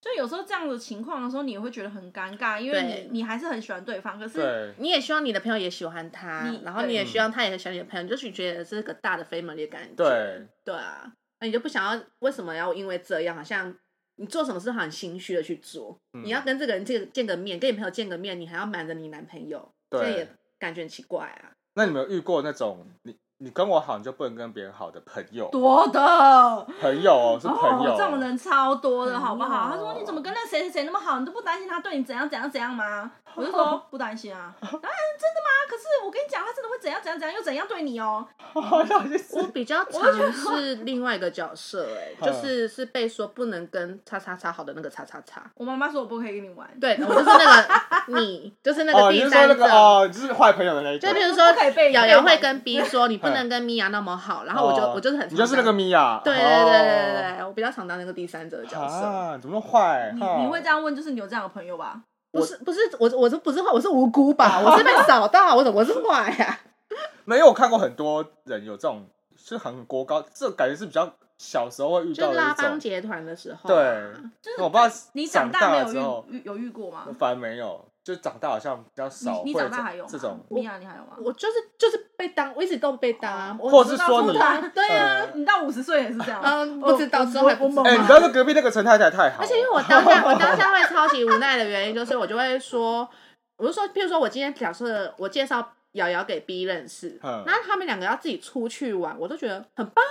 就有时候这样的情况的时候，你也会觉得很尴尬，因为
对
你你还是很喜欢对方，可是
对，
你也希望你的朋友也喜欢他
你，
然后
对
你也希望他也很喜欢你的朋友，就是你觉得这是个大的 family 的感觉。
对，
对啊，那你就不想要为什么要因为这样，好像你做什么事好像很心虚的去做，
嗯
你要跟这个人见见个面，跟你朋友见个面，你还要瞒着你男朋友，
对
这也感觉很奇怪啊。
那你们有遇过那种你你跟我好，你就不能跟别人好的朋友？
多的。
朋友哦，是朋友哦，
哦，这种人超多的，好不好？他
朋友
说你怎么跟那谁谁谁那么好，你都不担心他对你怎样怎样怎 样吗？我就说不担心啊。然后、哎真的吗？可是我跟你讲，他真的会怎样怎样怎样，又怎样对你哦。
我比较尝是另外一个角色、 欸，哎，
嗯
就是是被说不能跟叉叉叉好的那个叉叉叉。
我妈妈说我不可以跟你玩，
对，我就是那个你，就是那个
哦，你
第
是说
三
那
者。
个哦，就是坏朋友的那一
就比
个，
如说
不可以被，
瑶瑶
被
会
玩
跟 B 说你不能跟米娅那么好，然后我就
哦
我就是很
你就是
常
那个
当
米娅，
对对对对对对，我比较常当那个第三者的
哦
角色。
啊，怎么那么坏？
你
哈
你会这样问，就是你有这样的朋友吧？
不是不是，我我是不是坏我是无辜 吧？我是被扫到，我怎么是坏呀？
没有我看过很多人有这种，是很国高，这感觉是比较小时候会遇
就
到
是
的
拉
一
帮
种。
结团的时候
对
啊，，
就是
我不知道
你
长
长大没
了之后
有，遇遇有遇过吗
我？反而没有，就长大好像比较少会
你你长大还有
这
吗
这种，
米娅，你还有吗？
我就是就是被当，我一直都被当啊，我
或
只
是
知道
说
是
你
他对啊，
呃
你到五十岁也是这样？
嗯，
我
不知道之后还不知道
哦我
哎，你知道这隔壁那个陈太太太好了，
而且因为我当下我当下会超级无奈的原因，就是我就会说，我就说，譬如说我今天假设我介绍瑶瑶给 B 认识，
嗯
然后他们两个要自己出去玩，我都觉得很棒。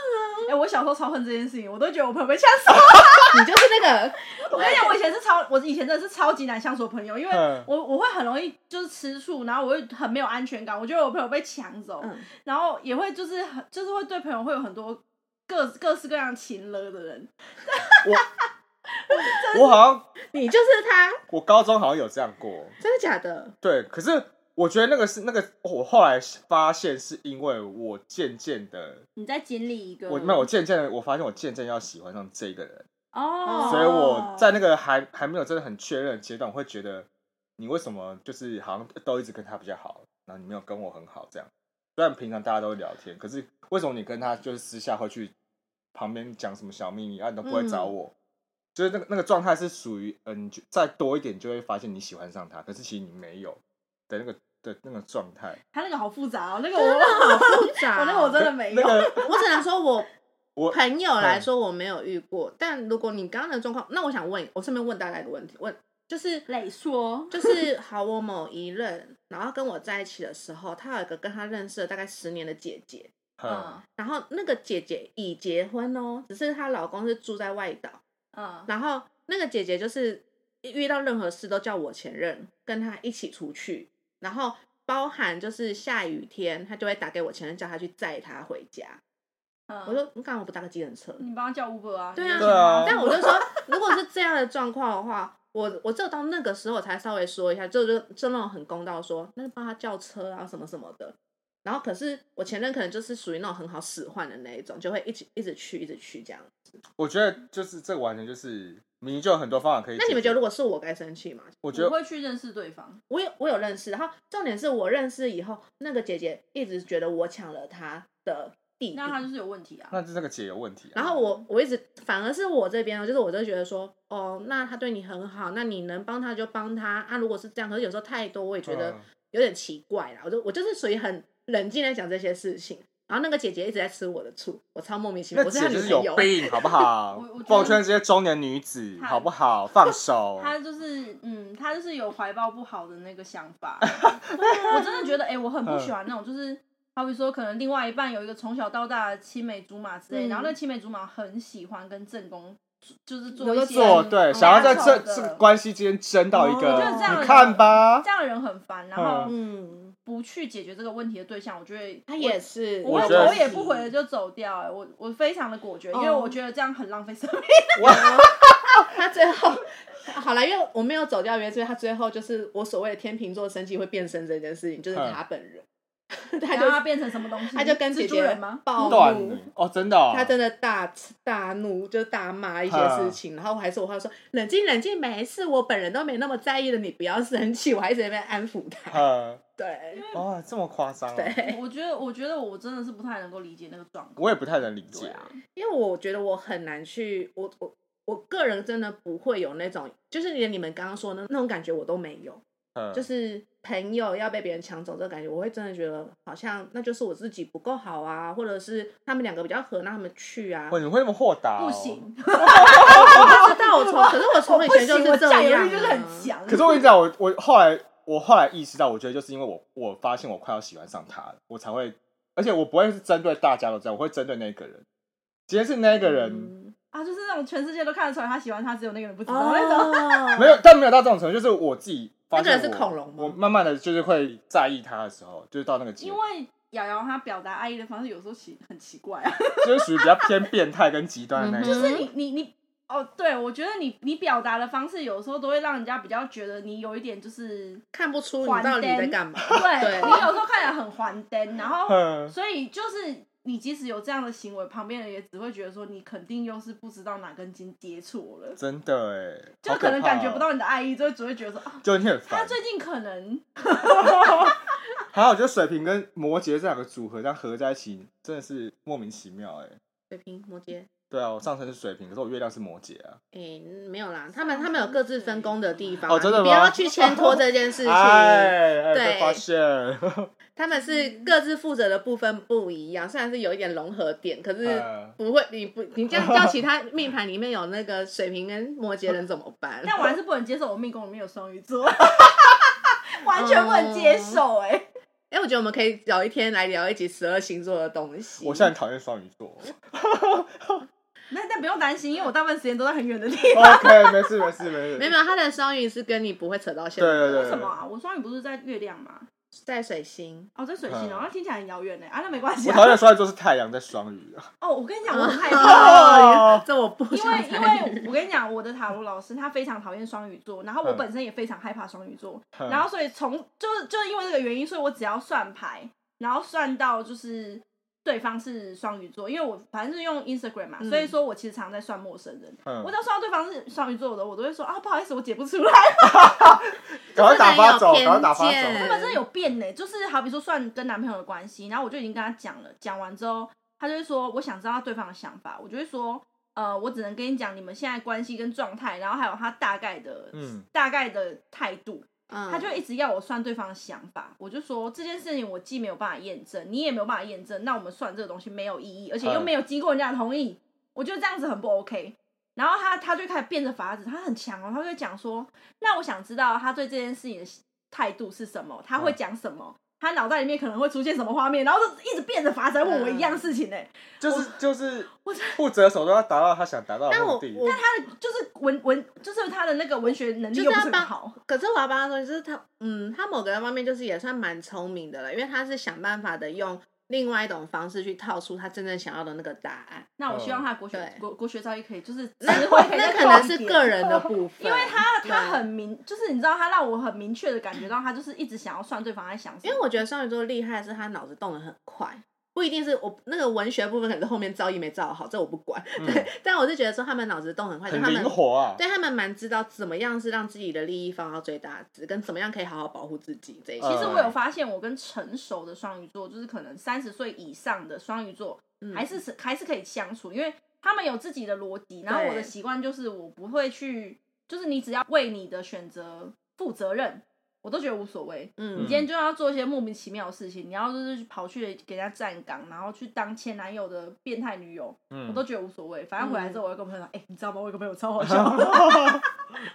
哎、我小时候超恨这件事情，我都觉得我朋友被呛死。
你就是那个，
我跟你讲，我以前是超，我以前真的是超级难相处的朋友，因为
嗯
我我会很容易就是吃醋，然后我会很没有安全感，我觉得我朋友被抢走，
嗯
然后也会就是很就是会对朋友会有很多各各式各样情勒的人，
我好像
你就是他，
我高中好像有这样过，
真的假 的？
对，可是我觉得那个是那个，我后来发现是因为我渐渐的，
你在经历一个
我没有，我渐渐的，我发现我渐渐要喜欢上这个人，
哦，
所以我在那个还还没有真的很确认的阶段，我会觉得你为什么就是好像都一直跟他比较好，然后你没有跟我很好这样。虽然平常大家都会聊天，可是为什么你跟他就是私下会去旁边讲什么小秘密啊，你都不会找我？就是那个那个状态是属于，嗯、你就再多一点就会发现你喜欢上他，可是其实你没有的那个的那个状态。
他那个好复杂哦，那个我我
好复杂哦、
那个我真的没有，
那个
我只能说我。
我
朋友
嗯
来说我没有遇过，但如果你刚刚的状况，那我想问，我顺便问大家一个问题，问就是
累说，
就是好，我某一任，然后跟我在一起的时候，他有一个跟他认识了大概十年的姐姐，
嗯，
嗯
然后那个姐姐已结婚哦，只是她老公是住在外岛，
嗯，
然后那个姐姐就是遇到任何事都叫我前任跟她一起出去，然后包含就是下雨天，她就会打给我前任叫他去载她回家。
嗯
我说你干嘛不搭个计程车？
你帮他叫 Uber 啊，
对啊
你
对啊
但我就说，如果是这样的状况的话，我我只有到那个时候我才稍微说一下，就就就那种很公道说，那就帮他叫车啊什么什么的。然后可是我前任可能就是属于那种很好使唤的那一种，就会一直一直去一直去这样。
我觉得就是这完全就是明明就有很多方法可以。
那你们觉得如？果是我该生气吗？
我觉得
我会去认识对方，
我有我有认识，然后重点是我认识以后，那个姐姐一直觉得我抢了她的地
那他
狱。
就是有问题啊。
那就这个姐有问题、啊。
然后我我一直反而是我这边哦，就是我就觉得说，哦，那他对你很好，那你能帮他就帮他啊。如果是这样，可是有时候太多，我也觉得
嗯
有点奇怪啦。我就我就是属于很冷静的讲这些事情。然后那个姐姐一直在吃我的醋，我超莫名其妙，
那
我是
姐
她
就
女
是
朋
有
友。
病，好不好
我我觉得？
奉劝这些中年女子，
她
好不好？放手。
他就是，嗯，他就是有怀抱不好的那个想 法。我真的觉得，哎、我
嗯
很不喜欢那种，就是好比说，可能另外一半有一个从小到大的青梅竹马之类，
嗯
然后那青梅竹马很喜欢跟正宫，就是做
有
一
的
些
做
做
对，
嗯
想要在
很
这
丑的
这个关系之间争到一个，
我觉得这样
你看吧
这，样的人很烦，然后
嗯，
不去解决这个问题的对象，我觉得
她也是，
我
我
会
觉得
头也不 回的就走掉、哎，我我非常的果决，因为
哦
我觉得这样很浪费生命。
他最后好了，因为我没有走掉原因，所以他最后就是我所谓的天秤座生气会变身这件事情，
嗯
就是他本 人， 他
然
就
后他变成什么东西？
他就跟姐
蜘蛛
姐
人吗？
暴
断
怒
你。哦，真的哦，
他真的大大怒，就是大骂一些事情，然后还是我话说冷静冷静，没事，我本人都没那么在意的，你不要生气，我还一直在那边安抚他。
嗯，
对
哇，这么夸张哦，
对，
我觉得，我觉得我真的是不太能够理解那个状况。
我也不太能理
对
解
啊。，
因为我觉得我很难去，我我我个人真的不会有那种，就是连你们刚刚说的那种感觉我都没有。
嗯，
就是朋友要被别人抢走这个感觉，我会真的觉得好像那就是我自己不够好啊，或者是他们两个比较合，让他们去啊。哦
哇，你哦会那么豁达？
不。行，
我不知道，我从可是我从以前就
我不行 我
是这
占有
样、啊，
欲就是很。强。
可是我跟你讲，我我后来我后来意识到，我觉得就是因为我我发现我快要喜欢上他了，我才会，而且我不会是针对大家都这样，我会针对那个人。今天是那个人、
嗯
啊，就是那种全世界都看得出来他喜欢他，只有那个人不知道那种。
哦，
没有，但没有到这种程度，就是我自己发现
那个人是
我
恐龙吗
我慢慢的就是会在意他的时候，就是到那个阶
因
段，
为瑶瑶她表达爱意的方式有时候奇很奇怪啊，
就是属于比较偏变态跟极端
嗯
的那一
嗯就
种。
是你你你哦，对我觉得你你表达的方式有时候都会让人家比较觉得你有一 点就是
看不出你
还
到底在
灯
干嘛。
对
对
你有时候看起来很还灯，然后
嗯，
所以就是你即使有这样的行为，旁边人也只会觉得说你肯定又是不知道哪根筋接错了，
真的哎，
就
好
可能
怕哦
感觉不，到你的爱意，就会只会觉得说啊，
就你很
他
烦。
最近可能
还有就水瓶跟摩羯这两个组合这样合在一起，真的是莫名其妙哎。
水瓶摩羯，
对啊，我上升是水瓶，可是我月亮是摩羯啊。
诶，没有啦，他们他们有各自分工的地方啊、
哦真的
你不
吗
要去牵拖这 件事情。
哎，哎被
对
发现，
他们是
嗯
各自负责的部分不一样，虽然是有一点融合点，可是
嗯
不会，你不你这 样叫其他命盘里面有那个水瓶跟摩羯人怎么办
？但我还是不能接受我命宫里面有双鱼座，完全不能
嗯
接受哎、
哎、我觉得我们可以有一天来聊一集十二星座的东西。
我现在很讨厌双鱼座。
那但不用担心，因为我大部分时间都在很远的地方。
OK，没事没事没
没有
事。
没有，他的双鱼是跟你不会扯到线
对
的，
对对，
为什么啊？我双鱼不是在月亮吗？
在水星。
哦，在水星哦
嗯，
那听起来很遥远呢。啊，那没关系
我
啊。
讨厌双鱼座是太阳在双鱼啊。
哦，我跟你讲，我很害怕。
哦
哦，这我 不
因
想
为因
参与
为我跟你讲，我的塔罗老师他非常讨厌双鱼座，然后我
嗯
本身也非常害怕双鱼座，
嗯
然后所以从就是就是因为这个原因，所以我只要算牌，然后算到就是对方是双鱼座，因为我反正是用 Instagram 嘛，
嗯
所以说我其实常在算陌生人，
嗯
我只要算到对方是双鱼座的，我都会说啊不好意思，我解 不出来，
赶快打发走，
这个人有
赶快打发
偏
走
见。
他们真的有变呢、就是好比说算跟男朋友的关系，然后我就已经跟他讲了，讲完之后，他就会说我想知道对方的想法，我就会说，呃，我只能跟你讲你们现在关系跟状态，然后还有他大概的，
嗯
大概的态度，
嗯
他就一直要我算对方的想法，我就说这件事情我既没有办法验证，你也没有办法验证，那我们算这个东西没有意义，而且又
嗯
没有经过人家的同意，我觉得这样子很不 OK。然后他他就开始变着法子，他很强哦，他就会讲说，那我想知道他对这件事情的态度是什么，他会讲什么，他脑袋里面可能会出现什么画面，然后就一直变着法子来问我一样事情呢、
就是就是
我真，
不择手段要达到他想达到的
但我
目的。
我
他的就是文文，就是他的那个文学能力
就
又
是
不
他
是很
帮
好，
可是我要帮他说，就是他，嗯，他某个方面就是也算蛮聪明的了，因为他是想办法的用另外一种方式去套出他真正想要的那个答案。
那我希望他的国学、
对
国国学造诣可以就是词
那
汇以 再
那可能
高一
是
点
个人的部分，
因为他他
对
很明，就是你知道他让我很明确的感觉到他就是一直想要算对方在想什么。
因为我觉得双鱼座厉害的是他脑子动得很快，不一定是我那个文学部分，可能是后面造诣没造好，这我不管。 对，但我是觉得说他们脑子动很快，就
嗯很
他们
灵活啊。
对他们蛮知道怎么样是让自己的利益放到最大值，跟怎么样可以好好保护自己这一些。
其实我有发现，我跟成熟的双鱼座，就是可能三十岁以上的双鱼座，
嗯
还是是还是可以相处，因为他们有自己的逻辑。然后我的习惯就是，我不会去，就是你只要为你的选择负责任，我都觉得无所谓。你
嗯
今天就要做一些莫名其妙的事情，你要就是跑去给人家站岗，然后去当前男友的变态女友，我
嗯
都觉得无所谓。反正回来之后，我会跟我朋友说：“哎、你知道吗？我有个朋友超好 笑，
嗯，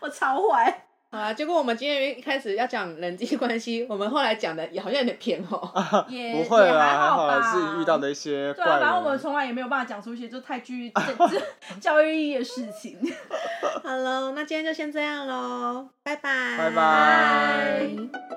我超 坏。
好啊，结果我们今天一开始要讲人际关系，我们后来讲的也好像有点偏哦。
也”
不
也
会啦，还
还好
好
吧，
啦，是遇到的一些
对
怪
啊，
人。
然后我们从来也没有办法讲出一些就太具这 教育意义的事情。
好喽，那今天就先这样喽，拜拜，
拜拜。